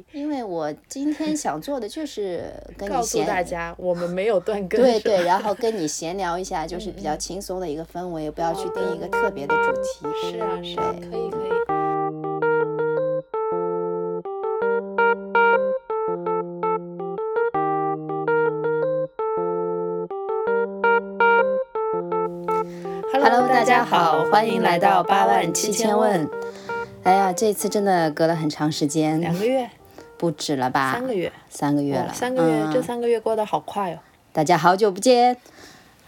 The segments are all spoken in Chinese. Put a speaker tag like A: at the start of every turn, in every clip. A: 题。
B: 因为我今天想做的就是跟
A: 告
B: 你
A: 诉
B: 闲
A: 大家，我们没有断更。
B: 对
A: 是吧嗯
B: 对，然后跟你闲聊一下，就是比较轻松的一个氛围，不要去定一个特别的主题。
A: 是啊，是啊，
B: 对
A: 可以可以。
B: Hello，大家
A: 家
B: 好，欢迎来到八万七千问
A: 问。。
B: 哎呀，这次真的隔了很长时间
A: 两，个月，
B: 不止了吧？
A: 三个，月，
B: 三个月
A: 哇
B: 了，
A: 三个月，
B: 嗯
A: 这三个月过得好快哦。
B: 大家好久不见。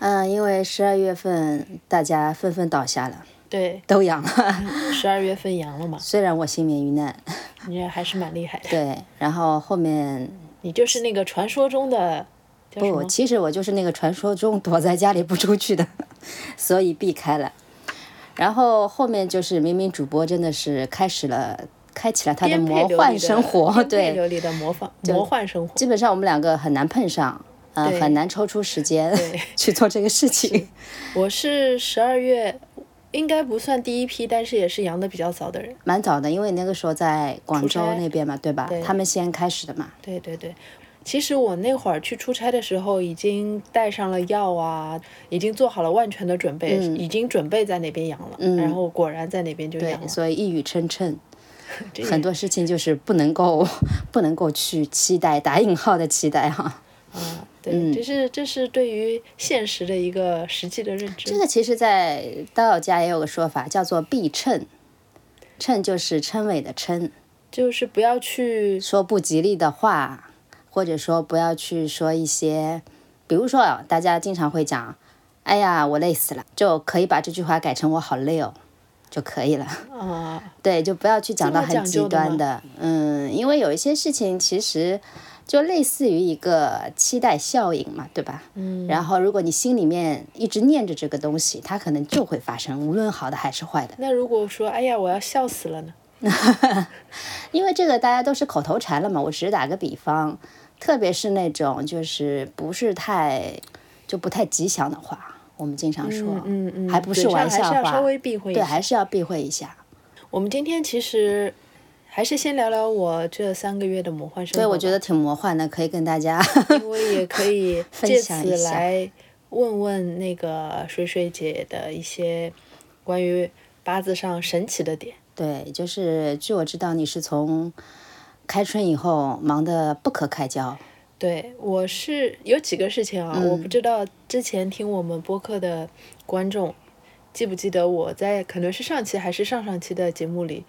B: 嗯，因为十二月份大家纷纷倒下了，
A: 对，
B: 都阳了。
A: 十二月份阳了嘛，
B: 虽然我幸免于难，
A: 你也还是蛮厉害 的。
B: 对，然后后面
A: 你就是那个传说中的叫什
B: 不，
A: 么？
B: 其实我就是那个传说中躲在家里不出去的，所以避开了。然后后面就是明明主播真的是开始了，开启了他的
A: 颠沛
B: 魔
A: 流离
B: 幻
A: 的
B: 生活，
A: 颠沛
B: 对，
A: 流离的魔幻魔幻生活。
B: 基本上我们两个很难碰上，呃，
A: 对
B: 很难抽出时间
A: 对
B: 去做这个事情。
A: 我是十二月，应该不算第一批，但是也是阳的比较早的人。
B: 蛮早的，因为那个时候在广州
A: 出差
B: 那边嘛，对吧？
A: 对
B: 他们先开始的嘛。
A: 对对对，其实我那会儿去出差的时候，已经带上了药啊，已经做好了万全的准备，已经准备在那边阳了。然后果然在那边就阳
B: 嗯对，
A: 了。
B: 所以一语成谶，
A: 这也
B: 很多事情就是不能够 不能够去期待，打引号的期待哈、
A: 啊，对，
B: 嗯
A: 这是这是对于现实的一个实际的认
B: 这
A: 知。
B: 个其实，在道友家也有个说法，叫做避称。称就是称谓的称，
A: 就是不要去
B: 说不吉利的话，或者说不要去说一些，比如说啊大家经常会讲，哎呀，我累死了，就可以把这句话改成我好累哦，就可以了。
A: 啊，
B: 对，就不要去讲
A: 这
B: 到
A: 么
B: 很
A: 讲
B: 极
A: 究的
B: 端
A: 吗
B: 的，嗯，因为有一些事情其实就类似于一个期待效应嘛，对吧？嗯。然后，如果你心里面一直念着这个东西，它可能就会发生，无论好的还是坏的。
A: 那如果说哎呀我要笑死了呢？
B: 因为这个大家都是口头禅了嘛，我只是打个比方，特别是那种就是不是太就不太吉祥的话，我们经常说，
A: 嗯嗯，
B: 还不
A: 嘴
B: 是
A: 上
B: 玩笑
A: 还是要
B: 话
A: 稍微避讳一
B: 对，
A: 下。
B: 还是要避讳一下。
A: 我们今天其实还是先聊聊我这三个月的魔幻生活吧。
B: 对，我觉得挺魔幻的，可以跟大家
A: 因为也可以
B: 分
A: 借
B: 享
A: 此
B: 一下
A: 来问问那个水水姐的一些关于八字上神奇的点。
B: 对，就是据我知道，你是从开春以后忙得不可开交。
A: 对，我是有几个事情啊，我
B: 嗯
A: 不知道之前听我们播客的观众记不记得我在可能是上期还是上上期的节目里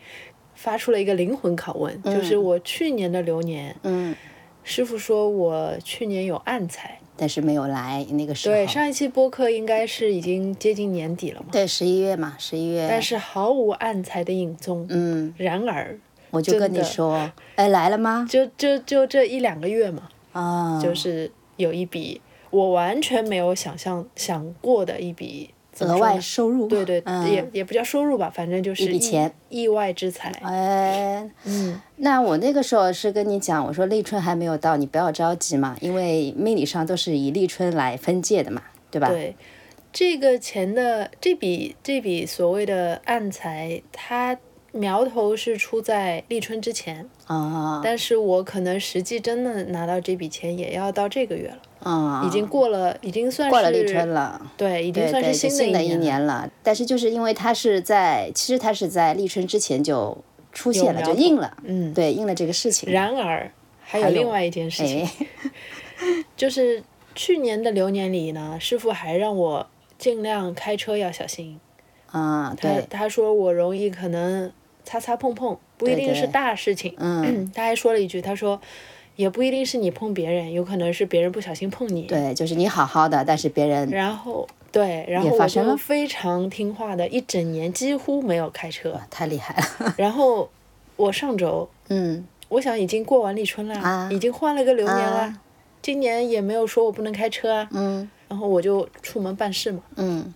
A: 发出了一个灵魂拷问，就是我去年的流年，
B: 嗯，
A: 师傅说我去年有暗财。
B: 但是没有来那个时候。
A: 对，上一期播客应该是已经接近年底了嘛，
B: 对，十一月嘛，十一月。
A: 但是毫无暗财的影踪。
B: 嗯，
A: 然而，
B: 我就跟
A: 真
B: 你
A: 的
B: 说，哎，来了吗？
A: 就就就这一两个月嘛，
B: 啊，
A: 就是有一笔我完全没有想象想过的一笔怎么
B: 额
A: 说
B: 外
A: 呢
B: 收入嘛。
A: 对对，
B: 嗯、
A: 也也不叫收入吧，反正就是
B: 一笔钱
A: 意外之财。
B: 哎，
A: 嗯，
B: 那我那个时候是跟你讲，我说立春还没有到，你不要着急嘛，因为命理上都是以立春来分界的嘛，对吧？
A: 对，这个钱的这笔这笔所谓的暗财，它苗头是出在立春之前，
B: 啊
A: 但是我可能实际真的拿到这笔钱也要到这个月了，
B: 啊，
A: 已经过了，已经算是
B: 过了立春了。
A: 对，已经
B: 对
A: 算
B: 对，
A: 是
B: 就
A: 新
B: 新
A: 的
B: 的一
A: 年了。
B: 年了。但是就是因为它是在，其实它是在立春之前就出现了，
A: 苗
B: 就
A: 头
B: 应了，
A: 嗯，
B: 对，应了这个事情。
A: 然而还有
B: 还有
A: 另外一件事情，
B: 哎，
A: 就是去年的流年里呢，师傅还让我尽量开车要小心。
B: 啊，
A: 他
B: 对，
A: 他说我容易可能擦擦碰碰，不一
B: 对
A: 定是
B: 对
A: 大事情。
B: 嗯，
A: 他还说了一句，他说也不一定是你碰别人，有可能是别人不小心碰你。
B: 对，就是你好好的，但是别人
A: 然后对，然
B: 也
A: 后
B: 发
A: 我
B: 生了
A: 就非常听话的，一整年几乎没有开车。
B: 太厉害了，
A: 然后我上周
B: 嗯，
A: 我想已经过完立春啦，
B: 啊
A: 已经换了个流年啦，
B: 啊
A: 今年也没有说我不能开车啊。
B: 嗯
A: 然后我就出门办事嘛，
B: 嗯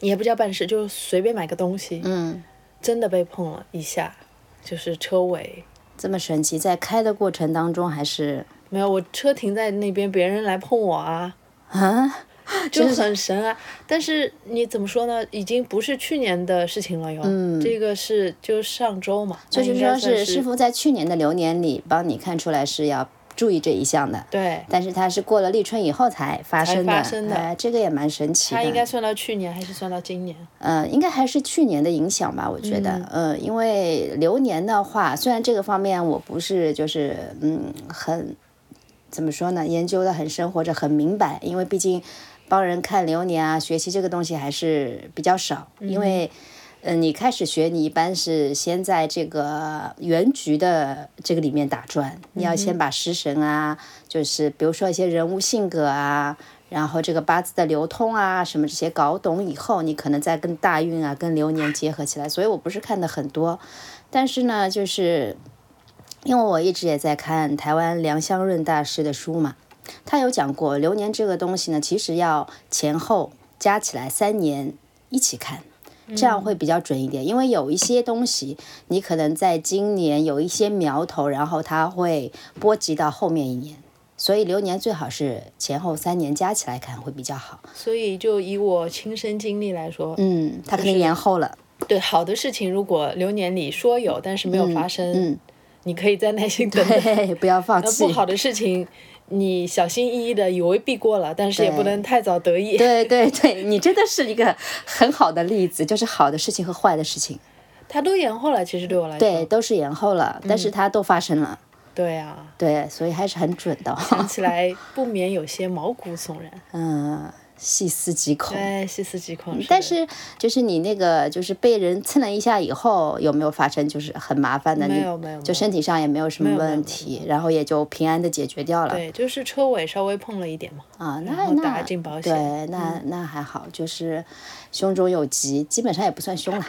A: 也不叫办事，就是随便买个东西，
B: 嗯，
A: 真的被碰了一下，就是车尾
B: 这么神奇，在开的过程当中还是
A: 没有，我车停在那边，别人来碰我啊，
B: 啊，
A: 就很神啊！但是你怎么说呢？已经不是去年的事情了哟。嗯，这个是就上周嘛，
B: 就是
A: 那应
B: 说
A: 该算
B: 是
A: 是
B: 师傅在去年的流年里帮你看出来是要注意这一项的，
A: 对，
B: 但是它是过了立春以后才发生的，
A: 发生的
B: 哎，这个也蛮神奇
A: 他应
B: 的。
A: 该算到去年还是算到今年？
B: 呃，应该还是去年的影响吧，我觉得，呃，因为流年的话，虽然这个方面我不是就是嗯很怎么说呢，研究的很深或者很明白，因为毕竟帮人看流年啊，学习这个东西还是比较少，因为。嗯，你开始学，你一般是先在这个原局的这个里面打转，你要先把食神啊，就是比如说一些人物性格啊，然后这个八字的流通啊，什么这些搞懂以后，你可能再跟大运啊、跟流年结合起来。所以我不是看的很多，但是呢，就是因为我一直也在看台湾梁湘润大师的书嘛，他有讲过流年这个东西呢，其实要前后加起来三年一起看。这
A: 嗯
B: 样会比较准一点，因为有一些东西你可能在今年有一些苗头，然后它会波及到后面一年，所以流年最好是前后三年加起来看会比较好。
A: 所以就以我亲身经历来说，
B: 嗯，它可能延后 了。
A: 对好的事情，如果流年里说有，但是没有发生，
B: 嗯，
A: 你可以再耐心 等
B: 嘿
A: 等。
B: 嘿，不要放
A: 那
B: 弃
A: 呃不。好的事情，你小心翼翼的以为避过了，但是也不
B: 对
A: 能太早得意。
B: 对对对，你真的是一个很好的例子，就是好的事情和坏的事情，
A: 它都延后了，其实对我来说，
B: 对，都是延后了，但
A: 嗯
B: 是它都发生了，
A: 对啊，
B: 对，所以还是很准 的哦，
A: 想起来不免有些毛骨悚 然，
B: 嗯，细思极恐。
A: 哎，细思极恐。
B: 但
A: 的
B: 是就是你那个就是被人蹭了一下以后，有没有发生就是很麻烦的？
A: 没
B: 你
A: 有没有没
B: 就
A: 有
B: 身体上也没有什么
A: 有没有
B: 问
A: 没
B: 题，然后也就平安的解决掉了
A: 对，就是车尾稍微碰了一点嘛，
B: 啊。
A: 然
B: 那
A: 后打
B: 那
A: 进保险嗯
B: 对，那那还好，就是胸中有疾，基本上也不算凶了，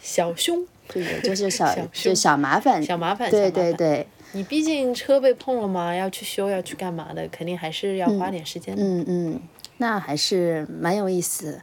A: 小凶，
B: 就是就是小
A: 小
B: 就
A: 凶
B: 小麻烦，
A: 小麻烦，
B: 对
A: 小麻
B: 对
A: 烦。
B: 对，
A: 你毕竟车被碰了嘛，要去修，要去干嘛的，肯定还是要花点时间的。
B: 嗯嗯，那还是蛮有意思。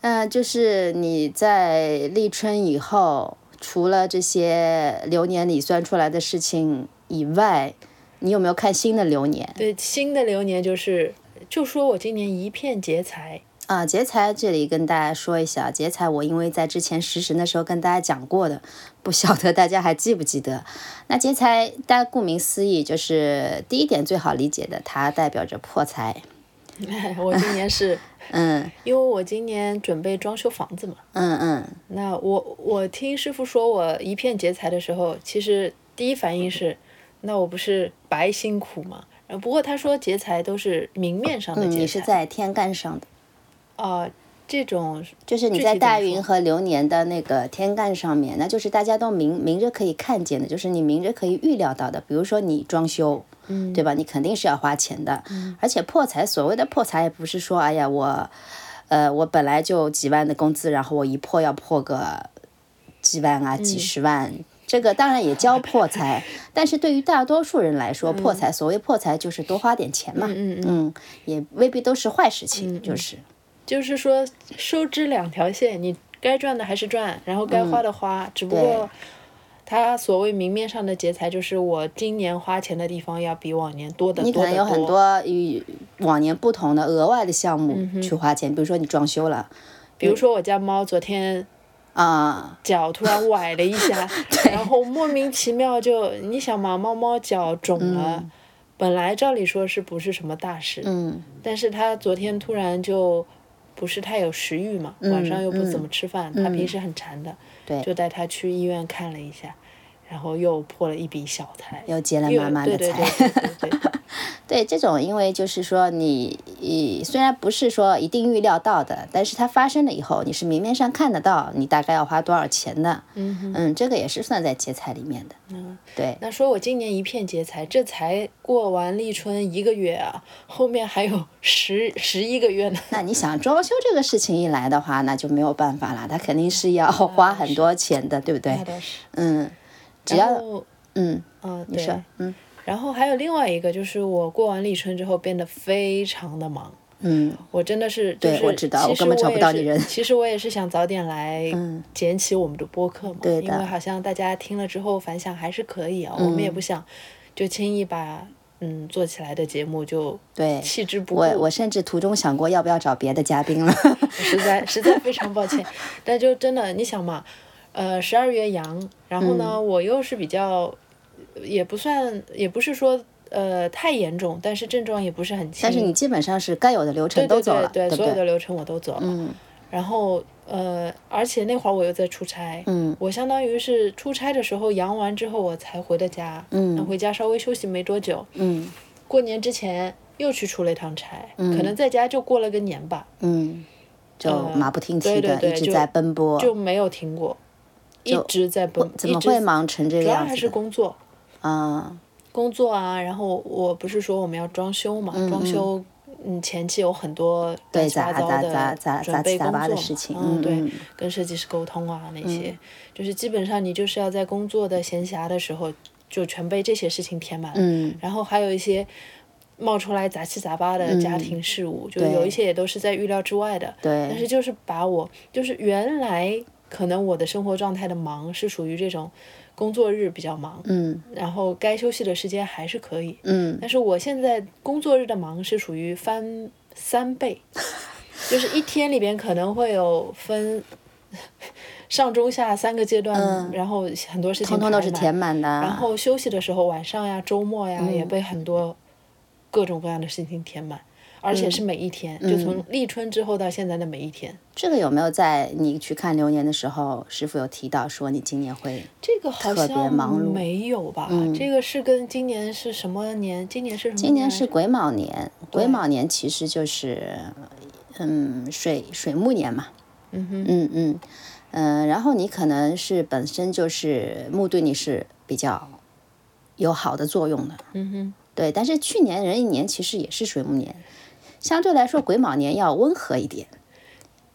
B: 嗯、就是你在立春以后，除了这些流年里算出来的事情以外，你有没有看新的流年
A: 对，新的流年就是，就说我今年一片劫财，
B: 啊？劫财这里跟大家说一下，劫财我因为在之前食神的时候跟大家讲过的，不晓得大家还记不记得？那劫财，大家顾名思义，就是第一点最好理解的，它代表着破财。
A: 我今年是
B: 嗯
A: 因为我今年准备装修房子嘛，
B: 嗯嗯，
A: 那我我听师傅说我一片劫财的时候，其实第一反应是，那我不是白辛苦吗？呃不过他说劫财都是明面上的
B: 嗯，
A: 劫
B: 你是
A: 财，
B: 在天干上的。
A: 啊、这种
B: 就是你
A: 具
B: 在
A: 体怎么
B: 大云
A: 说
B: 和流年的那个天干上面，那就是大家都明明着可以看见的，就是你明着可以预料到的。比如说你装修，嗯，对吧？你肯定是要花钱的，
A: 嗯
B: 而且破财，所谓的破财也不是说，哎呀，我，呃，我本来就几万的工资，然后我一破要破个几万啊，
A: 嗯
B: 几十万。这个当然也叫破财，但是对于大多数人来说，
A: 嗯
B: 破财所谓破财就是多花点钱嘛，嗯也未必都是坏事
A: 嗯
B: 情，就是。
A: 就是说收支两条线，你该赚的还是赚，然后该
B: 嗯
A: 花的花，只不过。他所谓明面上的劫财，就是我今年花钱的地方要比往年多得
B: 你
A: 多
B: 可能
A: 得
B: 有很多与往年不同的额外的项
A: 嗯
B: 目去花钱，比如说你装修了
A: 比如说我家猫昨天
B: 啊，
A: 脚突然崴了一 下，然后莫名其妙就，你想嘛，猫猫脚肿了，本来照理说是不是什么大事，
B: 嗯
A: 但是它昨天突然就不是太有食欲嘛，晚上又不怎么吃饭，它平时很馋的，
B: 嗯对
A: 就带它去医院看了一下，然后又破了一笔小财，
B: 又结了
A: 又
B: 妈妈的
A: 对对
B: 财。
A: 对对对对
B: 对这种，因为就是说你，你虽然不是说一定预料到的，但是它发生了以后，你是明面上看得到，你大概要花多少钱的。嗯这个也是算在劫财里面的。嗯，对，
A: 那说我今年一片劫财，这才过完立春一个月啊，后面还有十十一 个月呢。
B: 那你想装修这个事情一来的话，那就没有办法了，它肯定是要花很多钱的，对不对
A: 嗯那？倒是，
B: 嗯，只
A: 然
B: 要
A: 后
B: 嗯，
A: 嗯，
B: 你
A: 对
B: 说。，嗯
A: 然后还有另外一个，就是我过完立春之后变得非常的忙，
B: 嗯。
A: 我真的是，就
B: 对
A: 是
B: 我知道
A: 其
B: 我
A: 实
B: 根本找不到
A: 也
B: 你
A: 是
B: 人
A: 其实我也是想早点来
B: 嗯
A: 捡起我们的播客嘛，
B: 对的嗯
A: 因为好像大家听了之后反响还是可以啊，我们也不想就轻易把嗯做起来的节目就
B: 对，
A: 弃之不顾。
B: 我我甚至途中想过要不要找别的嘉宾了。
A: 实在实在非常抱 歉，但就真的你想嘛，呃，十二月阳，然后
B: 嗯
A: 呢，我又是比较，也不算，也不是说呃太严重，但是症状也不是很轻。
B: 但是你基本上是该有的流程都走了，
A: 嗯对对对
B: 不
A: 所有
B: 对？
A: 的流程我都走了。
B: 嗯
A: 然后呃，而且那会儿我又在出差，
B: 嗯
A: 我相当于是出差的时候阳完之后我才回的家，那
B: 嗯
A: 回家稍微休息没多久，
B: 嗯
A: 过年之前又去出了一趟差，可能在家就过了个年吧，
B: 嗯，就马不停
A: 对
B: 蹄
A: 对
B: 的
A: 对
B: 一直
A: 就
B: 在奔波，
A: 就没有停过，一直在奔，
B: 怎
A: 一
B: 么
A: 直
B: 会忙成这个
A: 主要
B: 样
A: 还
B: 子
A: 是
B: 的？
A: 工作，
B: 啊，
A: 工作啊，然后我不是说我们要装修嘛，装修，嗯，前期有很多乱
B: 嗯对，
A: 七八
B: 杂
A: 糟
B: 杂
A: 的
B: 杂杂
A: 准
B: 杂
A: 备
B: 七
A: 工
B: 杂
A: 作
B: 八
A: 嘛，
B: 的事情，
A: 嗯，对，
B: 嗯
A: 跟设计师沟通啊那些，就是基本上你就是要在工作的闲暇的时候，就全被这些事情填满了，
B: 嗯
A: 然后还有一些。冒出来杂七杂八的家庭事务，就
B: 对
A: 有一些也都是在预料之外的。
B: 对
A: 但是就是把我，就是原来可能我的生活状态的忙是属于这种工作日比较忙，
B: 嗯
A: 然后该休息的时间还是可以。
B: 嗯
A: 但是我现在工作日的忙是属于翻三倍，就是一天里边可能会有分上中下三个阶段，
B: 嗯
A: 然后很多事情
B: 通通都是
A: 排满
B: 填满嗯的。
A: 然后休息的时候，晚上呀、周末呀，也被很多各种各样的事情填满，而
B: 嗯
A: 且是每一天，就从立春之后到现在的每一天。
B: 这个有没有在你去看流年的时候，师傅有提到说你今年会？
A: 这个好
B: 特别
A: 像
B: 忙碌嗯
A: 没有吧？这个是跟今年是什么年？今年是什么？
B: 今年是癸卯年，癸卯年其实就是，嗯，水水木年嘛。
A: 嗯
B: 哼，嗯嗯嗯、然后你可能是本身就是木对你是比较有好的作用的，
A: 嗯哼。
B: 对。但是去年壬寅年其实也是水木年，相对来说癸卯年要温和一点。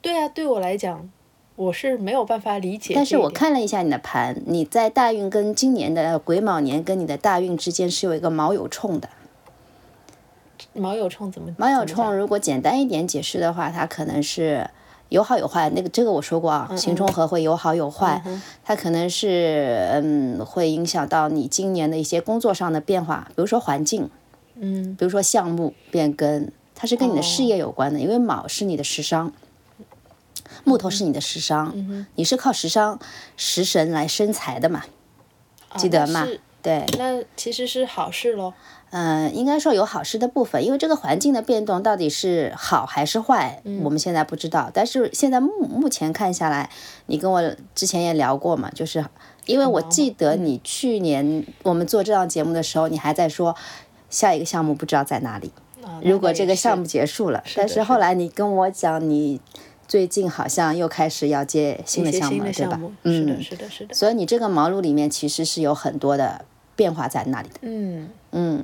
A: 对啊，对我来讲，我是没有办法理解这一点。
B: 但是我看了一下你的盘，你在大运跟今年的呃癸卯年跟你的大运之间是有一个卯酉冲的。
A: 毛有冲怎么
B: 卯酉
A: 怎么
B: 冲如果简单一点解释的话，它可能是有好有坏。那个这个我说过
A: 嗯
B: 啊，行冲合会有好有坏，它可能是嗯会影响到你今年的一些工作上的变化，比如说环境，
A: 讲嗯
B: 比如说项目变更，它是跟你的事
A: 哦
B: 业有关的，因为卯是你的食伤，木头是你的食伤，
A: 嗯
B: 你是靠食伤食神来生财的嘛，
A: 啊
B: 记得吗
A: 那是？
B: 对，
A: 那其实是好事喽。
B: 嗯、应该说有好事的部分，因为这个环境的变动到底是好还是坏，我
A: 嗯
B: 们现在不知道。但是现在目目前看下来，你跟我之前也聊过嘛，就是因为我
A: 嗯
B: 记得你去年我们做这档节目的时候，你还在说下一个项目不知道在哪里。
A: 啊、
B: 如果这个项
A: 目
B: 目结束了，
A: 是
B: 但
A: 的
B: 是后
A: 是
B: 来你跟我讲，你最近好像又开始要接新的项目
A: 新
B: 了，
A: 的
B: 对吧
A: 项目？是的，
B: 嗯，
A: 是的，是的，
B: 所以你这个忙碌里面其实是有很多的变化在那里的。
A: 嗯，
B: 嗯，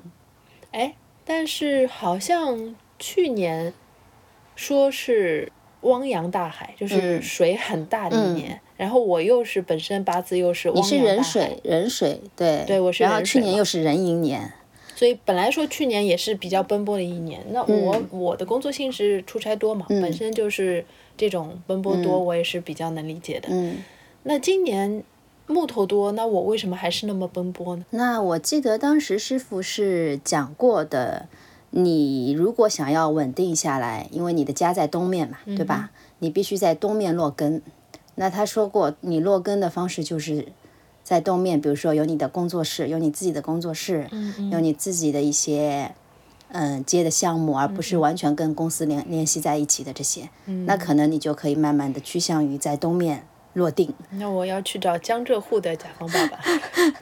A: 哎，但是好像去年说是汪洋大海，就是
B: 嗯
A: 水很大的一年，然后我又是本身八字又是汪
B: 你
A: 洋
B: 是
A: 大
B: 壬
A: 海
B: 水，，壬水，对，
A: 对我是
B: 然后
A: 壬
B: 去
A: 水
B: 年
A: 嘛
B: 又是壬寅年，
A: 所以本来说去年也是比较奔波的一年，那我、
B: 嗯
A: 我的工作性质出差多嘛，本身就是这种奔波多，我也是比较能理解的。
B: 嗯，
A: 那今年木头多，那我为什么还是那么奔波呢？
B: 那我记得当时师傅是讲过的，你如果想要稳定下来，因为你的家在东面嘛，对吧？你必须在东面落根。那他说过，你落根的方式就是在东面，比如说有你的工作室，有你自己的工作室，有你自己的一些。嗯，接的项目，而不是完全跟公司联联系在一起的这些，那可能你就可以慢慢的趋向于在东面落定。
A: 那我要去找江浙沪的甲方 爸爸。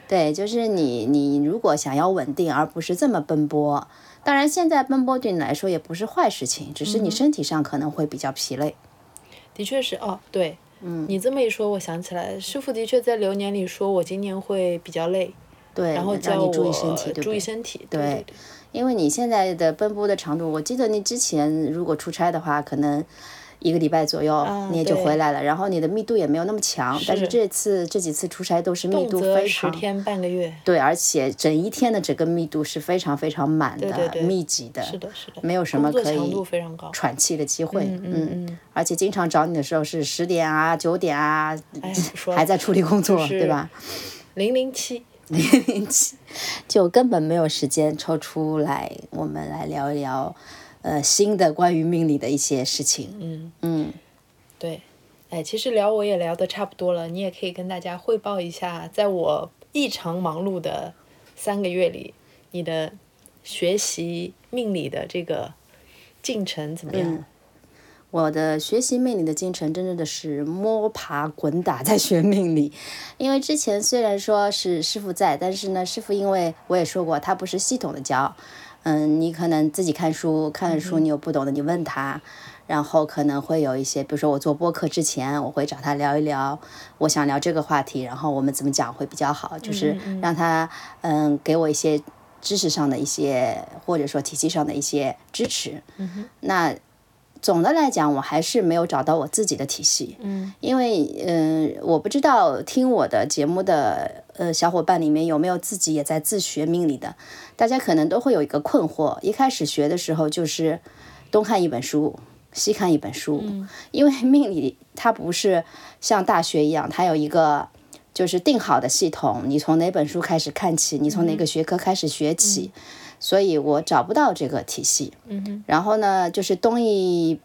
B: 对，就是你，你如果想要稳定，而不是这么奔波，当然现在奔波对你来说也不是坏事情，只
A: 嗯
B: 是你身体上可能会比较疲累。
A: 的确是哦，对，嗯，你这么一说，我想起来，师傅的确在流年里说我今年会比较累，
B: 对，
A: 然后
B: 嗯让
A: 叫
B: 你
A: 我
B: 注意身体，对不
A: 注意
B: 对？
A: 身体，
B: 对
A: 对对，
B: 因为你现在的奔波的长度，我记得你之前如果出差的话，可能一个礼拜左右、
A: 啊
B: 你也就
A: 对
B: 回来了，然后你的密度也没有那么强，但是
A: 是
B: 这次这几次出差都是密
A: 动
B: 度
A: 辄
B: 非
A: 十
B: 常
A: 天半个月，
B: 对，而且整一天的整个密度是非常非常满的、
A: 对对对
B: 密集的，
A: 是的，是的，
B: 没有什么
A: 工作
B: 可
A: 强
B: 以
A: 度非常高，
B: 喘气的机会。
A: 嗯嗯嗯，
B: 而且经常找你的时候是十点啊、九点啊，
A: 哎，不说
B: 还
A: 了，
B: 在处理工作，
A: 就是
B: 对吧？
A: 零零七，
B: 零零七，就根本没有时间抽出来，我们来聊一聊，呃，新的关于命理的一些事情。嗯嗯，
A: 对，哎，其实聊我也聊得差不多了，你也可以跟大家汇报一下，在我异常忙碌的三个月里，你的学习命理的这个进程怎么样？
B: 嗯我的学习命理的进程，真正的是摸爬滚打在学命理， 因为之前虽然说是师傅在，但是呢，师傅因为我也说过，他不是系统的教，嗯，你可能自己看书，看了书你有不懂的你问他，然后可能会有一些，比如说我做播客之前，我会找他聊一聊，我想聊这个话题，然后我们怎么讲会比较好，就是让他嗯给我一些知识上的一些，或者说体系上的一些支持，那。总的来讲，我还是没有找到我自己的体系，嗯，因为嗯、呃我不知道听我的节目的呃小伙伴里面有没有自己也在自学命理的，大家可能都会有一个困惑，一开始学的时候就是东看一本书，西看一本书，因为命理它不是像大学一样，它有一个就是定好的系统，你从哪本书开始看起，你从哪个学科开始学起，所以我找不到这个体系。嗯、然后呢，就是东一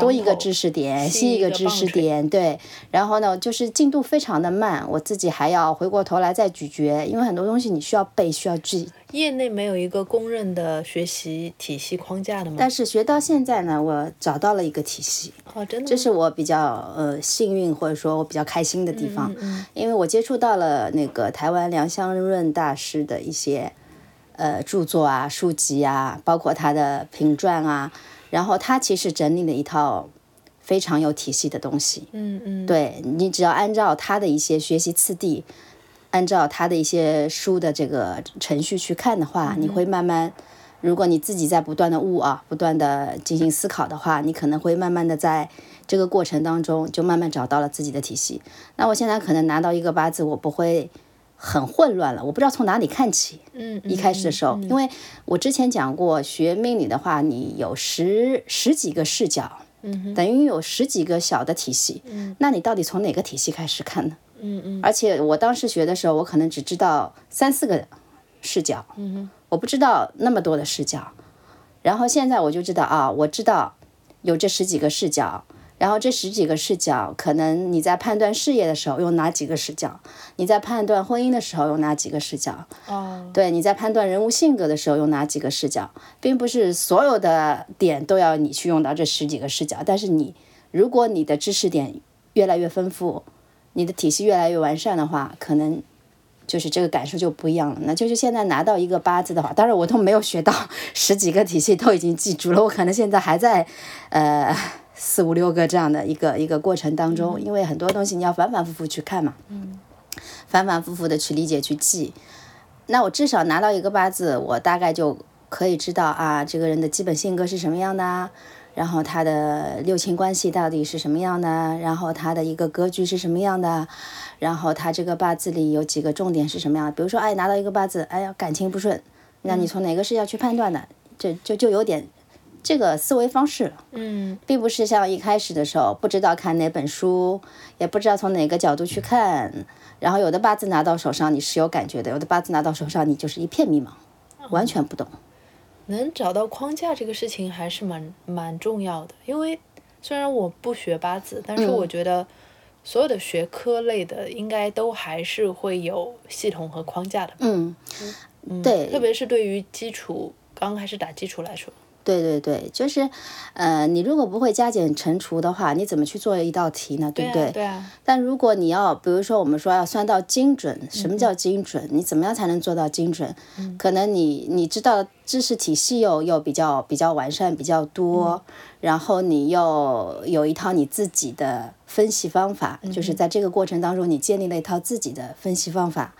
B: 多一个知识点，
A: 西
B: 西
A: 哎一
B: 一个
A: 个
B: 知
A: 棒
B: 识
A: 槌
B: 点，对。然后呢，就是进度非常的慢，我自己还要回过头来再咀嚼，因为很多东西你需要背，需要记。
A: 业内没有一个公认的学习体系框架的吗？
B: 但是学到现在呢，我找到了一个体系，
A: 哦，真的吗，
B: 这是我比较呃幸运，或者说我比较开心的地方，
A: 嗯
B: 因为我接触到了那个台湾梁湘润大师的一些呃著作啊、书籍啊，包括他的评传啊，然后他其实整理了一套非常有体系的东西。
A: 嗯嗯，
B: 对你只要按照他的一些学习次第，按照他的一些书的这个程序去看的话，
A: 嗯
B: 你会慢慢，如果你自己在不断的悟啊，不断的进行思考的话，你可能会慢慢的在这个过程当中就慢慢找到了自己的体系。那我现在可能拿到一个八字，我不会。很混乱了，我不知道从哪里看起。
A: 嗯，
B: 一开始的时候，因为我之前讲过，学命理的话，你有十十几个视角，
A: 嗯
B: 等于有十几个小的体系。那你到底从哪个体系开始看呢？
A: 嗯嗯，
B: 而且我当时学的时候，我可能只知道三四个视角，
A: 嗯
B: 我不知道那么多的视角。然后现在我就知道啊，我知道有这十几个视角，然后这十几个视角，可能你在判断事业的时候用哪几个视角，你在判断婚姻的时候用哪几个视角，
A: 哦，
B: 对，你在判断人物性格的时候用哪几个视角，并不是所有的点都要你去用到这十几个视角。但是你如果你的知识点越来越丰富，你的体系越来越完善的话，可能就是这个感受就不一样了。那就是现在拿到一个八字的话，当然我都没有学到十几个体系都已经记住了，我可能现在还在呃四五六个这样的一个一个过程当中，因为很多东西你要反反复复去看嘛，反反复复的去理解去记。那我至少拿到一个八字，我大概就可以知道啊，这个人的基本性格是什么样的啊，然后他的六亲关系到底是什么样的啊，然后他的一个格局是什么样的啊，然后他这个八字里有几个重点是什么样的。比如说，哎，拿到一个八字，哎呀，感情不顺，那你从哪个视角去判断的？这就就有点这个思维方式了。
A: 嗯
B: 并不是像一开始的时候不知道看哪本书，也不知道从哪个角度去看，然后有的八字拿到手上你是有感觉的，有的八字拿到手上你就是一片迷茫，完全不懂。
A: 能找到框架这个事情还是蛮蛮重要的，因为虽然我不学八字，但是
B: 嗯
A: 我觉得所有的学科类的应该都还是会有系统和框架的吧，
B: 嗯，
A: 特
B: 对
A: 别是对于基础刚开始打基础来说，
B: 对对对，就是，呃，你如果不会加减乘除的话，你怎么去做一道题呢？对不
A: 对啊对啊，
B: 但如果你要，比如说我们说要算到精准，
A: 嗯
B: 什么叫精准？你怎么样才能做到精准？可能你你知道知识体系又又比较比较完善，比较多，
A: 嗯
B: 然后你又有一套你自己的分析方法，
A: 嗯
B: 就是在这个过程当中，你建立了一套自己的分析方法。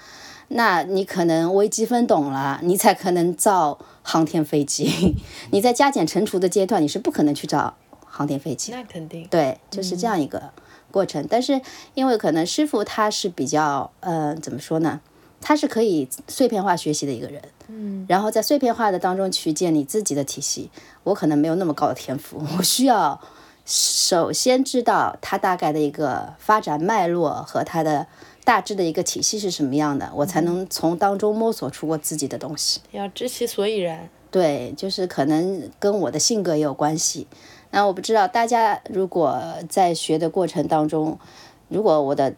B: 那你可能微积分懂了，你才可能造航天飞 机。你在加减乘除的阶段，你是不可能去造航天飞机的。
A: 那肯定，
B: 对，就是这样一个过程。但是因为可能师傅他是比较呃怎么说呢？他是可以碎片化学习的一个人，嗯，然后在碎片化的当中去建立自己的体系。我可能没有那么高的天赋，我需要首先知道他大概的一个发展脉络和他的大致的一个体系是什么样的，我才能从当中摸索出我自己的东西。
A: 要知其所以然。
B: 对，就是可能跟我的性格也有关系。那我不知道大家如果在学的过程当中，如果我的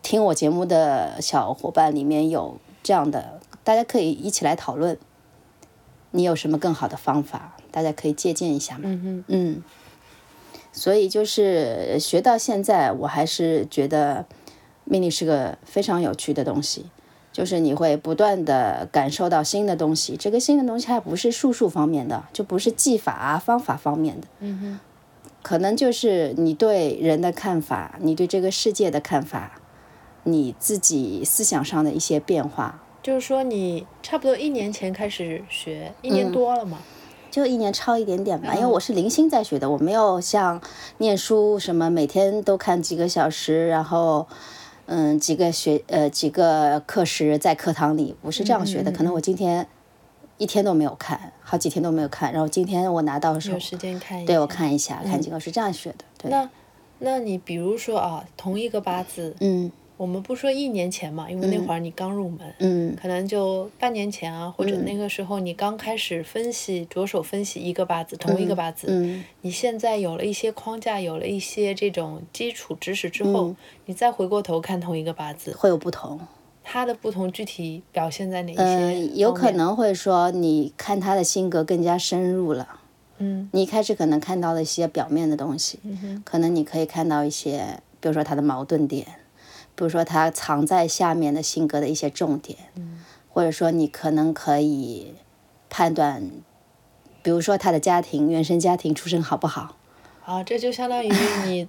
B: 听我节目的小伙伴里面有这样的，大家可以一起来讨论，你有什么更好的方法，大家可以借鉴一下嘛。
A: 嗯
B: 嗯，所以就是学到现在，我还是觉得命令是个非常有趣的东西，就是你会不断的感受到新的东西。这个新的东西还不是术数方面的，就不是技法啊、方法方面的，
A: 嗯哼，
B: 可能就是你对人的看法，你对这个世界的看法，你自己思想上的一些变化。
A: 就是说你差不多一年前开始学，一年多了嘛。
B: 就一年超一点点
A: 嗯
B: 吧，因为我是零星在学的，我没有像念书什么每天都看几个小时，然后嗯几个学呃几个课时在课堂里，我是这样学
A: 嗯
B: 的。可能我今天一天都没有看，好几天都没有看，然后今天我拿到的时候
A: 有，时间看一下。
B: 嗯对我看一下，看几个我是这样学的。对，
A: 那，那你比如说啊，同一个八字，
B: 嗯
A: 我们不说一年前嘛，因为那会儿你刚入门，
B: 嗯
A: 可能就半年前啊，或者那个时候你刚开始分析，着手分析一个八字，同一个八字，
B: 嗯
A: 你现在有了一些框架，有了一些这种基础知识之后，
B: 嗯
A: 你再回过头看同一个八字，
B: 会有不同。
A: 它的不同具体表现在哪一些、
B: 嗯，有可，能会说你看他的性格更加深入了。
A: 嗯
B: 你一开始可能看到了一些表面的东西，可能你可以看到一些，比如说他的矛盾点，比如说他藏在下面的性格的一些重点，
A: 嗯
B: 或者说你可能可以判断，比如说他的家庭原生家庭出身好不好，
A: 啊，这就相当于 你。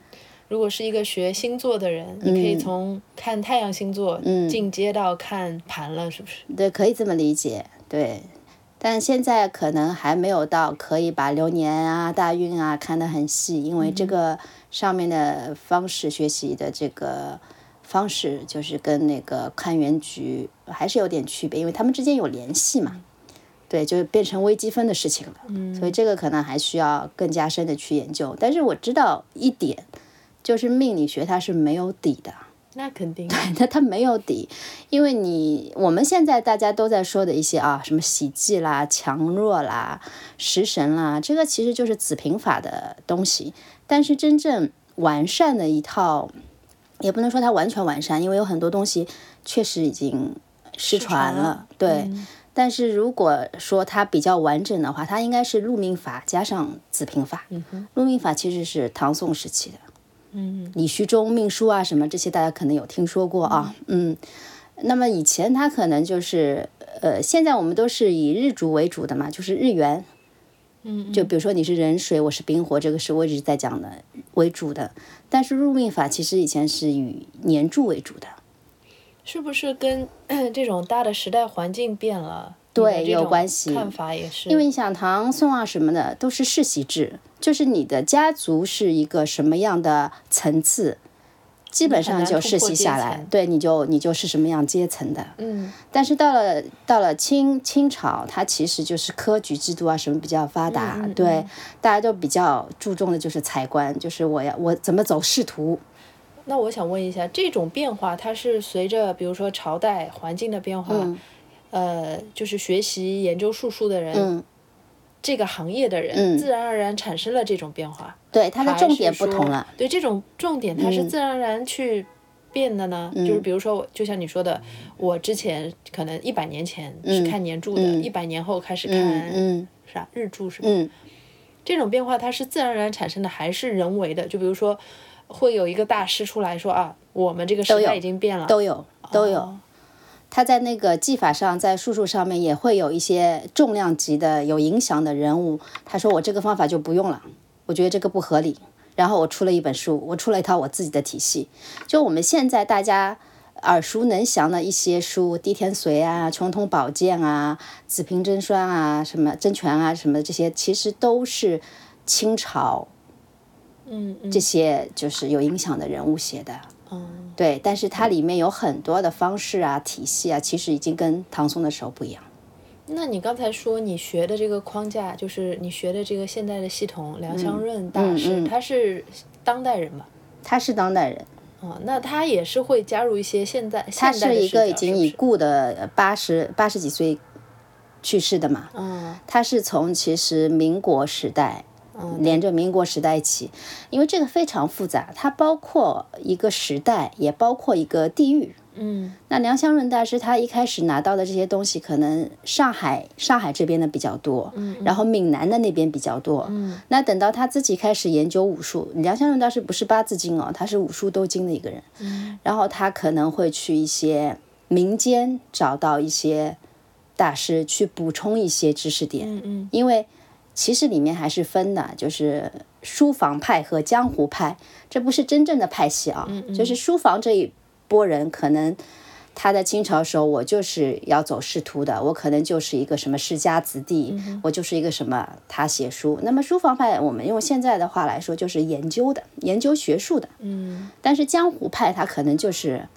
A: 如果是一个学星座的人，你可
B: 嗯
A: 以从看太阳星座进阶到看盘了，是不是？
B: 对，可以这么理解，对。但现在可能还没有到可以把流年啊、大运啊看得很细，因为这个上面的方式学习的这个方式，就是跟那个看原局还是有点区别，因为他们之间有联系嘛。对，就是变成微积分的事情了。所以这个可能还需要更加深的去研究。但是我知道一点，就是命理学它是没有底的。
A: 那肯定。
B: 那它没有底，因为你我们现在大家都在说的一些啊，什么喜忌啦、强弱啦、食神啦，这个其实就是子平法的东西。但是真正完善的一套，也不能说它完全完善，因为有很多东西确实已经失传
A: 传
B: 了。嗯
A: 了
B: 对，但是如果说它比较完整的话，它应该是陆命法加上子平法。陆命法其实是唐宋时期的。李虚中命书啊什么这些，大家可能有听说过啊。嗯，那么以前它可能就是呃，现在我们都是以日主为主的嘛，就是日元。嗯，就比如说你是壬水，我是丙火，这个是我一直在讲的为主的。但是入命法其实以前是以年柱为主的，
A: 是不是跟 这种大的时代环境变了？
B: 对
A: 你的这
B: 有
A: 种
B: 关系
A: 看法也是，
B: 因为你想唐宋啊什么的都是世袭制，就是你的家族是一个什么样的层次，基本上就世袭下
A: 很难突破阶
B: 来
A: 层，
B: 对，你就你就是什么样阶层的。
A: 嗯
B: 但是到了到了清清朝，它其实就是科举制度啊什么比较发达，
A: 嗯
B: 对，大家都比较注重的就是财官，就是我要我怎么走仕途，
A: 那我想问一下，这种变化它是随着比如说朝代环境的变化，
B: 嗯
A: 呃，就是学习研究术数的人，
B: 嗯，
A: 这个行业的人，
B: 嗯
A: 自然而然产生了这种变化。
B: 对，它的
A: 还
B: 重
A: 是
B: 点不
A: 说
B: 同了，。嗯
A: 对，这种重点它是自然而然去变的呢。就是比如说，就像你说的，我之前可能一百年前是看年柱的，一百、年后开始看、
B: 嗯
A: 啥日柱是吧？
B: 嗯
A: 这种变化它是自然而然产生的，还是人为的？就比如说，会有一个大师出来说啊，我们这个时代已经变了，
B: 都有都有
A: 哦，
B: 它在那个技法上，在术数上面也会有一些重量级的有影响的人物，他说我这个方法就不用了，我觉得这个不合理。然后我出了一本书，我出了一套我自己的体系。就我们现在大家耳熟能详的一些书，《滴天髓》啊，《穷通宝鉴》啊，《紫平真酸》啊，什么《真传》啊，什么这些，其实都是清朝
A: 嗯嗯
B: 这些就是有影响的人物写的。
A: 嗯，
B: 对，但是它里面有很多的方式啊、体系啊，其实已经跟唐宋的时候不一样。
A: 那你刚才说你学的这个框架，就是你学的这个现代的系统，梁湘润大师，
B: 嗯嗯嗯
A: 他是当代人嘛？
B: 他是当代人，
A: 啊、那他也是会加入一些现代
B: 他
A: 现代
B: 是
A: 的
B: 一
A: 视角，
B: 个已经已
A: 是不
B: 故的八十八十几岁去世的嘛，
A: 是嗯
B: 他是从其实民国时代
A: 嗯
B: 连着民国时代起，因为这个非常复杂，它包括一个时代，也包括一个地域。
A: 嗯
B: 那梁湘润大师他一开始拿到的这些东西，可能上海上海这边的比较多，然后闽南的那边比较多。
A: 嗯
B: 那等到他自己开始研究武术，梁湘润大师不是八字经哦，他是武术都精的一个人。
A: 嗯
B: 然后他可能会去一些民间找到一些大师去补充一些知识点。
A: 嗯嗯
B: 因为其实里面还是分的，就是书房派和江湖派，这不是真正的派系啊，
A: 嗯
B: 就是书房这一波人呃可能。他在清朝时候，我就是要走仕途的，我可能就是一个什么世家子弟，我就是一个什么他写书。那么书房派，我们用现在的话来说，就是研究的，研究学术的。
A: 嗯
B: 但是江湖派它可能就是，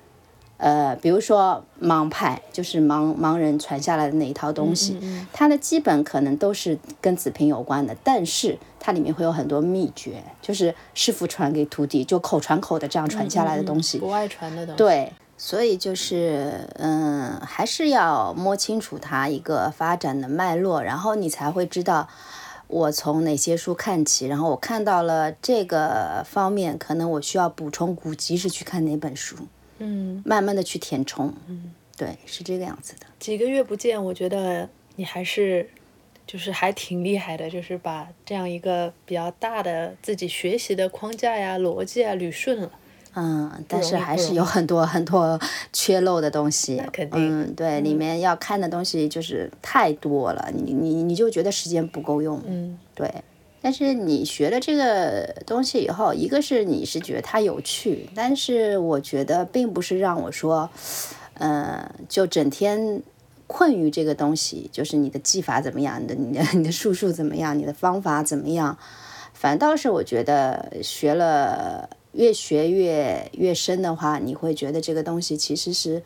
B: 呃，比如说盲派，就是盲盲人传下来的那一套东西，它的基本可能都是跟子平有关的，但是它里面会有很多秘诀，就是师傅传给徒弟，就口传口的这样传下来的东西。
A: 嗯国外传的东西，
B: 对，所以就是，嗯，还是要摸清楚它一个发展的脉络，然后你才会知道我从哪些书看起，然后我看到了这个方面，可能我需要补充古籍是去看哪本书，
A: 嗯，
B: 慢慢的去填充。嗯，对，是这个样子的。
A: 几个月不见，我觉得你还是就是还挺厉害的，就是把这样一个比较大的自己学习的框架呀、逻辑啊捋顺了。
B: 嗯，但
A: 容
B: 是
A: 易
B: 还
A: 不
B: 是
A: 容
B: 有
A: 易
B: 很多很多缺漏的东西。
A: 那肯定
B: 嗯，对，里面要看的东西就是太多了，你你你就觉得时间不够用。
A: 嗯
B: 对，但是你学了这个东西以后，一个是你是觉得它有趣，但是我觉得并不是让我说，呃，就整天困于这个东西，就是你的技法怎么样，你的你的 你的术数怎么样，你的方法怎么样，反倒是我觉得学了越学越越深的话，你会觉得这个东西其实是。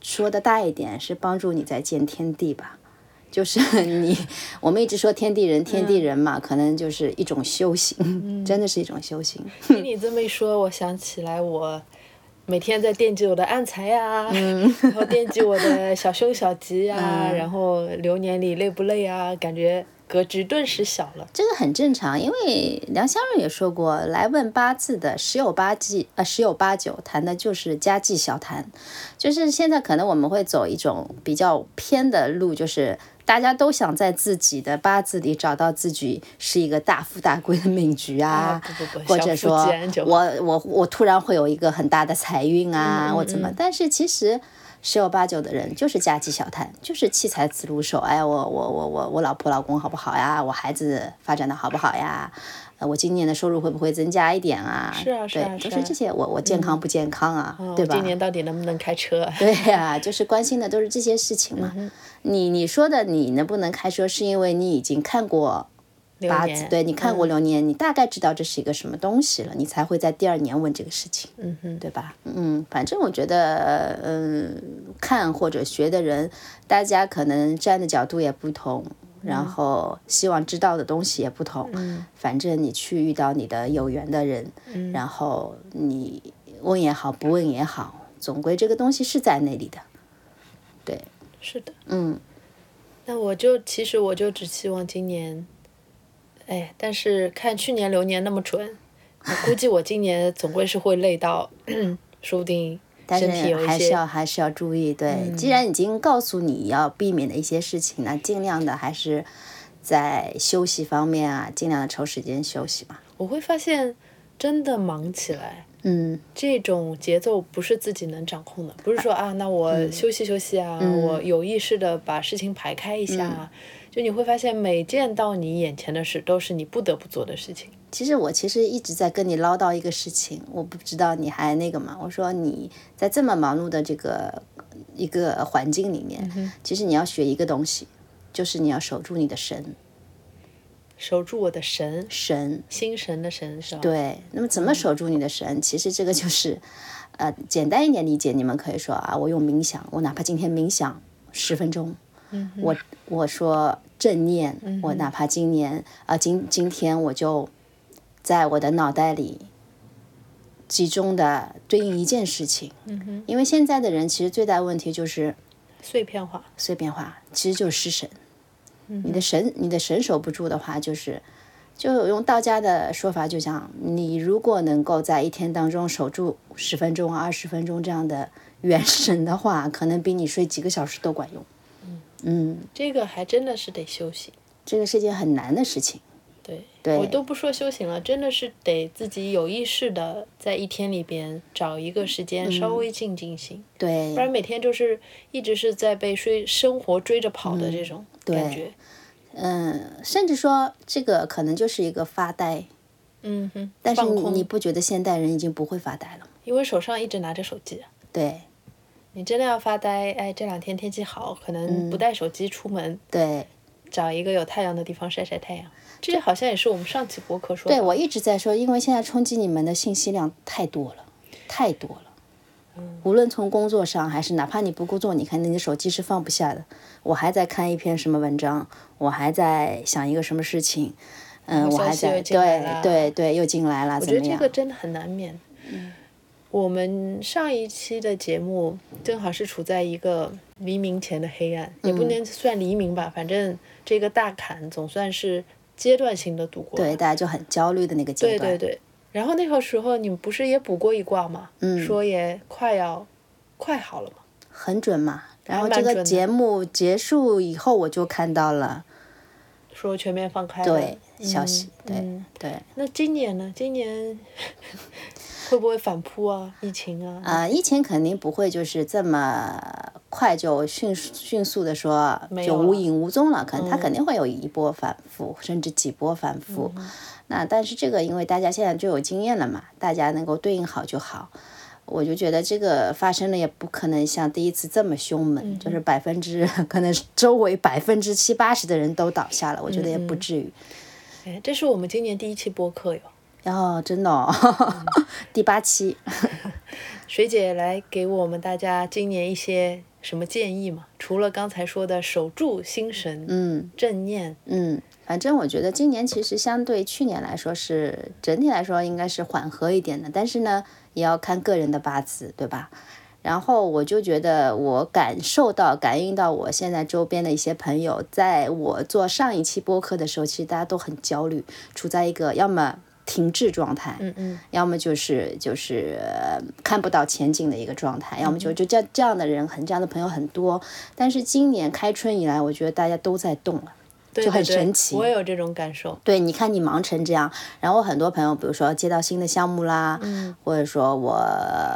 B: 说的大一点，是帮助你在见天地吧。 就是你， 我们一直说天地人，天地人嘛，可能就是一种修行，真的是一种修行。
A: 听你这么一说，我想起来我每天在惦记我的暗财呀，
B: 嗯
A: 然后惦记我的小胸小吉 呀，然后流年里累不累啊？感觉格局顿时小了。
B: 这个很正常，因为梁湘润也说过，来问八字的十有八计，呃，十有八九谈的就是家计小谈，就是现在可能我们会走一种比较偏的路，就是大家都想在自己的八字里找到自己是一个大富大贵的命局啊，
A: 不不不
B: 或者
A: 小富
B: 说
A: 即安就好
B: 我我我突然会有一个很大的财运啊，
A: 嗯
B: 我怎么？但是其实。十有八九的人就是家计小贪，就是弃财子如手。哎呀，我我我我我老婆老公好不好呀？我孩子发展的好不好呀？呃，我今年的收入会不会增加一点啊？
A: 是啊是
B: 对，
A: 啊
B: 都
A: 是啊
B: 是这些。我我健康不健康啊？
A: 嗯
B: 对
A: 我
B: 吧？
A: 今年到底能不能开车？
B: 对呀、就是关心的都是这些事情嘛。
A: 嗯
B: 你你说的你能不能开车，是因为你已经看过
A: 流
B: 八字
A: 年，嗯
B: 对你看过流年，你大概知道这是一个什么东西了，你才会在第二年问这个事情，
A: 嗯哼。
B: 对吧？嗯，反正我觉得，嗯，看或者学的人，大家可能站的角度也不同。
A: 嗯
B: 然后希望知道的东西也不同，反正你去遇到你的有缘的人，
A: 嗯
B: 然后你问也好，不问也好，总归这个东西是在那里的。
A: 是的，
B: 嗯，
A: 那我就其实我就只期望今年，哎，但是看去年流年那么准，我估计我今年总归是会累到， 说不定
B: 但
A: 身体
B: 是
A: 有一
B: 还是
A: 些嗯
B: 要还是要注意，对，既然已经告诉你要避免的一些事情，那尽量的还是在休息方面啊，尽量的抽时间休息吧。
A: 我会发现真的忙起来，
B: 嗯，
A: 这种节奏不是自己能掌控的，不是说啊，那
B: 嗯
A: 我休息休息啊，我有意识的把事情排开一
B: 嗯
A: 下啊，就你会发现每件到你眼前的事都是你不得不做的事情。
B: 其实我其实一直在跟你唠叨一个事情，我不知道你还那个吗？我说你在这么忙碌的这个一个环境里面，其实你要学一个东西，就是你要守住你的神
A: 守住我的神，
B: 神。
A: 心神的神是吧？嗯
B: 对，那么怎么守住你的神？其实这个就是，呃，简单一点理解，你们可以说啊，我用冥想，我哪怕今天冥想十分钟，嗯、我我说正念，
A: 嗯
B: 我哪怕今年啊、今今天我就在我的脑袋里集中的对应一件事情。
A: 嗯哼，
B: 因为现在的人其实最大问题就是
A: 碎片化，
B: 碎片化，其实就是失神。
A: 嗯
B: 你的神，你的神守不住的话，就是，就用道家的说法，就讲你如果能够在一天当中守住十分钟、二十分钟这样的元神的话，可能比你睡几个小时都管用。嗯，
A: 这个还真的是得休息。
B: 这个是件很难的事情。
A: 对，
B: 对
A: 我都不说修行了，真的是得自己有意识的在一天里边找一个时
B: 嗯
A: 间稍微静静心，
B: 对
A: 不，然每天就是一直是在被追生活追着跑的这种感觉。
B: 嗯，甚至说这个可能就是一个发呆，
A: 嗯哼，
B: 但是
A: 放
B: 你
A: 空，
B: 你不觉得现代人已经不会发呆了吗？
A: 因为手上一直拿着手机啊，
B: 对
A: 你真的要发呆，哎，这两天天气好，可能
B: 嗯
A: 不带手机出门，
B: 对，
A: 找一个有太阳的地方晒晒太阳。这好像也是我们上期博客说
B: 对
A: 的，
B: 我一直在说，因为现在冲击你们的信息量太多了，太多了。无论从工作上，还是哪怕你不工作，你看你的手机是放不下的。我还在看一篇什么文章，我还在想一个什么事情，嗯，我
A: 消
B: 还
A: 息又
B: 在
A: 进来
B: 对
A: 了
B: 对对，又进来了，
A: 我
B: 怎
A: 觉得
B: 么
A: 这
B: 样
A: 个？真的很难免。我们上一期的节目正好是处在一个黎明前的黑暗，也
B: 嗯
A: 不能算黎明吧，反正这个大坎总算是阶段性的度过。
B: 对，大家就很焦虑的那个阶
A: 对
B: 段。
A: 对对。然后那个时候你们不是也卜过一卦吗？
B: 嗯
A: 说也快要快好了嘛。
B: 很准嘛。然后
A: 蛮
B: 这个
A: 准的
B: 节目结束以后，我就看到了
A: 说全面放开了
B: 对消息，对
A: 嗯
B: 对
A: 那今年呢？今年会不会反扑啊？疫情啊？
B: 啊，疫情肯定不会就是这么快就迅速迅速的说
A: 没
B: 就
A: 有
B: 无
A: 了嗯
B: 影无踪了，可能它肯定会有一波反复，甚至几波反复。
A: 嗯
B: 那但是这个因为大家现在就有经验了嘛，大家能够对应好就好。我就觉得这个发生了也不可能像第一次这么凶猛，
A: 嗯
B: 就是百分之可能是周围百分之七八十的人都倒下了，我觉得也
A: 嗯
B: 不至于。
A: 哎，这是我们今年第一期播客哟。
B: 然后真的、哦，
A: 嗯
B: 第八期，
A: 水姐来给我们大家今年一些什么建议嘛？除了刚才说的守住心神、
B: 嗯
A: 正念，
B: 嗯，反正我觉得今年其实相对去年来说是整体来说应该是缓和一点的，但是呢，也要看个人的八字，对吧？然后我就觉得我感受到、感应到我现在周边的一些朋友，在我做上一期播客的时候，其实大家都很焦虑，处在一个要么停滞状态，
A: 嗯嗯，
B: 要么就是就是、呃看不到前景的一个状态，要么
A: 嗯
B: 就就这这样的人很这样的朋友很多。但是今年开春以来，我觉得大家都在动了。
A: 对
B: 就很
A: 对对
B: 神奇
A: 我也有这种感受。
B: 对，你看你忙成这样，然后我很多朋友，比如说接到新的项目啦，
A: 嗯，
B: 或者说我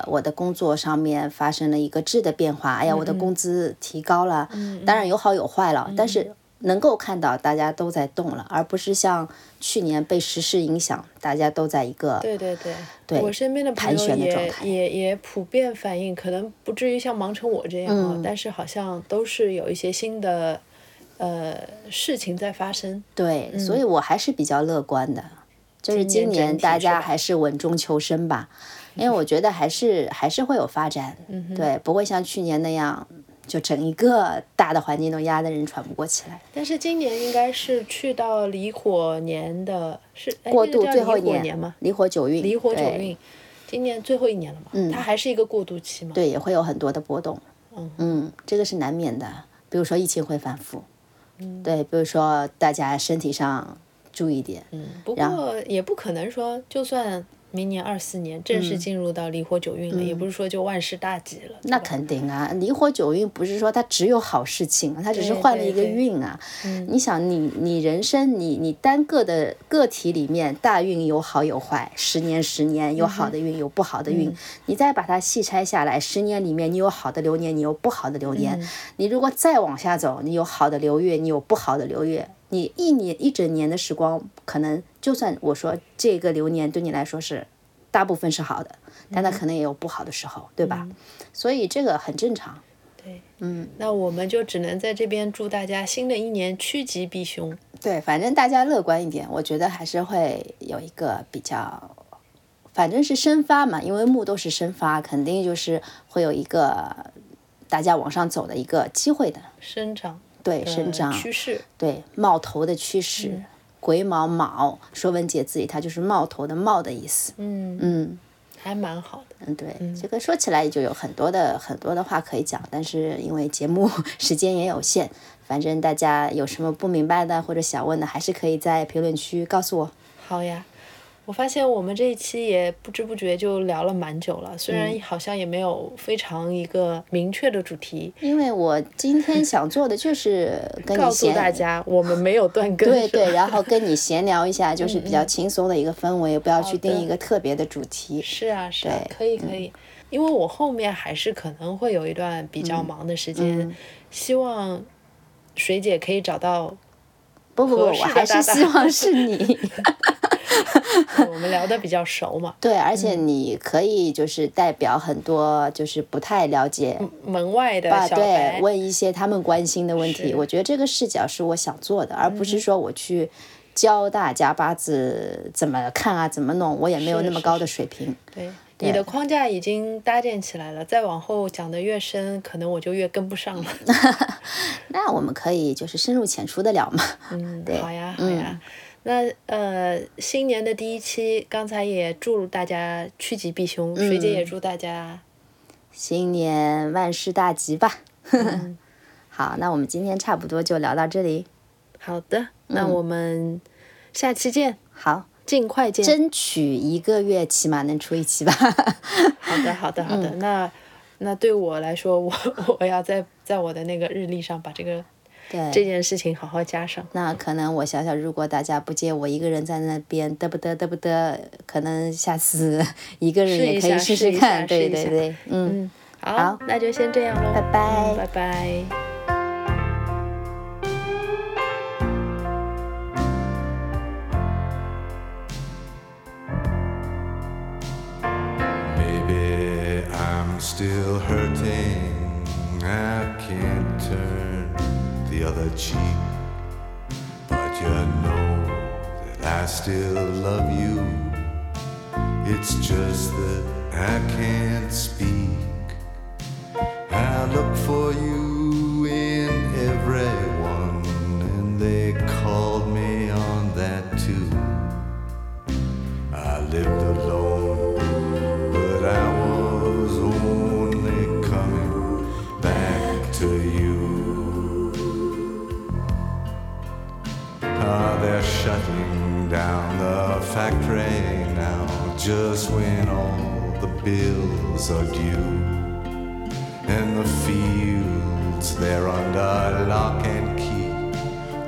B: 我的工作上面发生了一个质的变化，哎呀，我的工资提高了，
A: 嗯
B: 当然有好有坏了，但是能够看到大家都在动了，而不是像去年被时事影响，大家都在一个
A: 对对对，
B: 对
A: 我身边的朋
B: 盘
A: 友
B: 旋的状
A: 也
B: 态
A: 也也普遍反映，可能不至于像忙成我这样啊，
B: 嗯
A: 但是好像都是有一些新的呃事情在发生。
B: 对，所以我还是比较乐观的，就是
A: 嗯今
B: 今
A: 年整
B: 年
A: 体
B: 大
A: 是
B: 家
A: 吧
B: 还是稳中求生吧，因为我觉得还是还是会有发展，
A: 嗯
B: 对，不会像去年那样，就整一个大的环境都压得人喘不过气来。
A: 但是今年应该是去到离火年的是哎
B: 过
A: 那个
B: 渡
A: 叫
B: 最后
A: 离
B: 一
A: 火年嘛，
B: 离火九运，
A: 离火九
B: 对嗯
A: 运，今年最后一年了嘛，它还是一个过渡期嘛。
B: 对，也会有很多的波动。
A: 嗯
B: 这个是难免的。比如说疫情会反复，
A: 嗯
B: 对，比如说大家身体上注意一点，
A: 嗯，不过也不可能说，就算明年二四年正式进入到离火九运了，也不是说就万事大吉了。
B: 嗯那
A: 对吧
B: 肯定啊，离火九运不是说它只有好事情，它只是
A: 对
B: 换了
A: 对
B: 一个
A: 对嗯
B: 运啊。你想你，你人生你你单个的个体里面，大运有好有坏，十年十年
A: 嗯
B: 有好的运，有不好的运。你再把它细拆下来，十年里面你有好的流年，你有不好的流年。
A: 嗯
B: 你如果再往下走，你有好的流月，你有不好的流月。你一年一整年的时光，可能就算我说这个流年对你来说是大部分是好的，但
A: 嗯
B: 它可能也有不好的时候，对吧？所以这个很正常。
A: 对，
B: 嗯，
A: 那我们就只能在这边祝大家新的一年趋吉避凶。
B: 对，反正大家乐观一点，我觉得还是会有一个比较，反正是生发嘛，因为木都是生发，肯定就是会有一个大家往上走的一个机会的，
A: 生长，
B: 对，
A: 呃
B: 生长，
A: 趋势，
B: 对，冒头的趋势，癸卯卯，《说文解字》里它就是冒头的冒的意思，
A: 嗯，
B: 嗯，
A: 还蛮好的。
B: 嗯，对，这个说起来就有很多的很多的话可以讲，但是因为节目 时间也有限，反正大家有什么不明白的或者想问的，还是可以在评论区告诉我。
A: 好呀，我发现我们这一期也不知不觉就聊了蛮久了，虽
B: 嗯
A: 然好像也没有非常一个明确的主题。
B: 因为我今天想做的就是跟
A: 告
B: 你
A: 诉
B: 闲
A: 大家，我们没有断更。
B: 对
A: 是吧 嗯
B: 对，然后跟你闲聊一下，就是比较轻松的一个氛围，不要去定一个特别的主题。
A: 是啊，是啊，
B: 对嗯
A: 可以可以，因为我后面还是可能会有一段比
B: 嗯
A: 较忙的时间，希望水姐可以 找到
B: 不不不，
A: 合
B: 我
A: 适的
B: 还
A: 搭
B: 是
A: 档
B: 希望是 你。
A: 我们聊的比较熟嘛，
B: 对，而
A: 嗯
B: 且你可以就是代表很多就是不太了解
A: 门外的
B: 吧，
A: 嗯小白，
B: 对，问一些他们关心的问题。
A: 是嗯
B: 我觉得这个视角是我想做的，而不是说我去教大家八字怎么看啊，怎么弄，我也没有
A: 是
B: 那么
A: 是
B: 高的水平。
A: 对，你的框架已经搭建起来了，再往后讲的越深，可能我就越跟不上 了。
B: 那我们可以就是深入浅出的聊嘛。
A: 嗯，
B: 对
A: 好呀，好呀。那呃，新年的第一期，刚才也祝大家趋吉避凶，水
B: 嗯
A: 姐也祝大家
B: 新年万事大吉吧。
A: 嗯
B: 好，那我们今天差不多就聊到这里。
A: 好的。那
B: 嗯
A: 我们下期见，
B: 好，
A: 尽快见。
B: 争取一个月起码能出一期 吧。
A: 好的，好的，好的。
B: 嗯
A: 那那对我来说，我我要在在我的那个日历上把这个这
B: 对，
A: 件事情好好加上。
B: 那可能我想想，如果大家不接我一个人在那边嘚不嘚嘚不嘚，可能下次 一个人
A: 试一
B: 也可以
A: 下
B: 试
A: 试一
B: 看。
A: 下
B: 对
A: 试一
B: 对
A: 下
B: 对，嗯。
A: 嗯，好，
B: 好
A: 那就先这样喽，
B: 拜拜
A: 嗯拜拜。
C: Maybe I'm still hurting. I can't turn the other cheek. But you know that I still love you. It's just that I can't speak. I look for you in everyone, and they called me on that too. I lived alone. But I was only coming back to you. Ah, they're shutting down the factory now, just when all the bills are due. And the fields, they're under lock and key,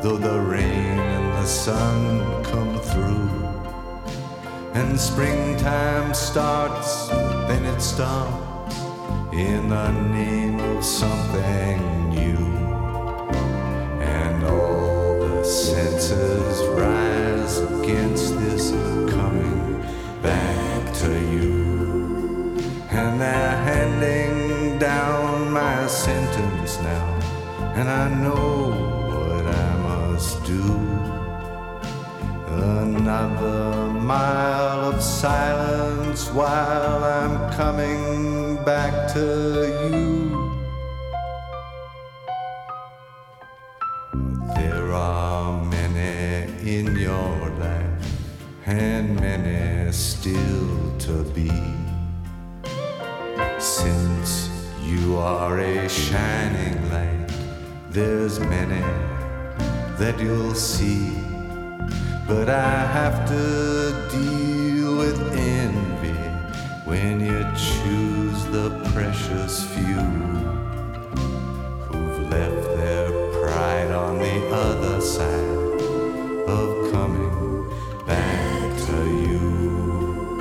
C: though the rain and the sun come through and springtime starts, then it stops in the name of something new. And all the senses rise against this coming back to you. And they're handing down my sentence now, and I know what I must do. Another mile of silence while I'm coming back to you. There are many in your life, and many still to be. Since you are a shining light, there's many that you'll see. But I have to deal with envy when you choose the precious few who've left their pride on the other side of coming back to you.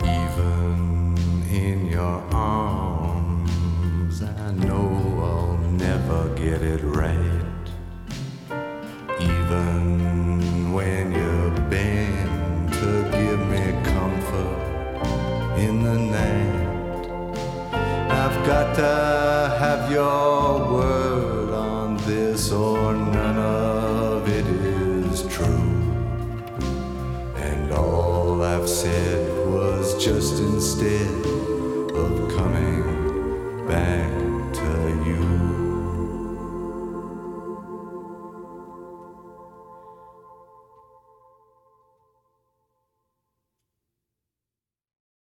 C: Even in your arms, I know I'll never get it right. Even when you bend to give me comfort in the night, I've got to have your word on this, or none of it instead of coming back to you.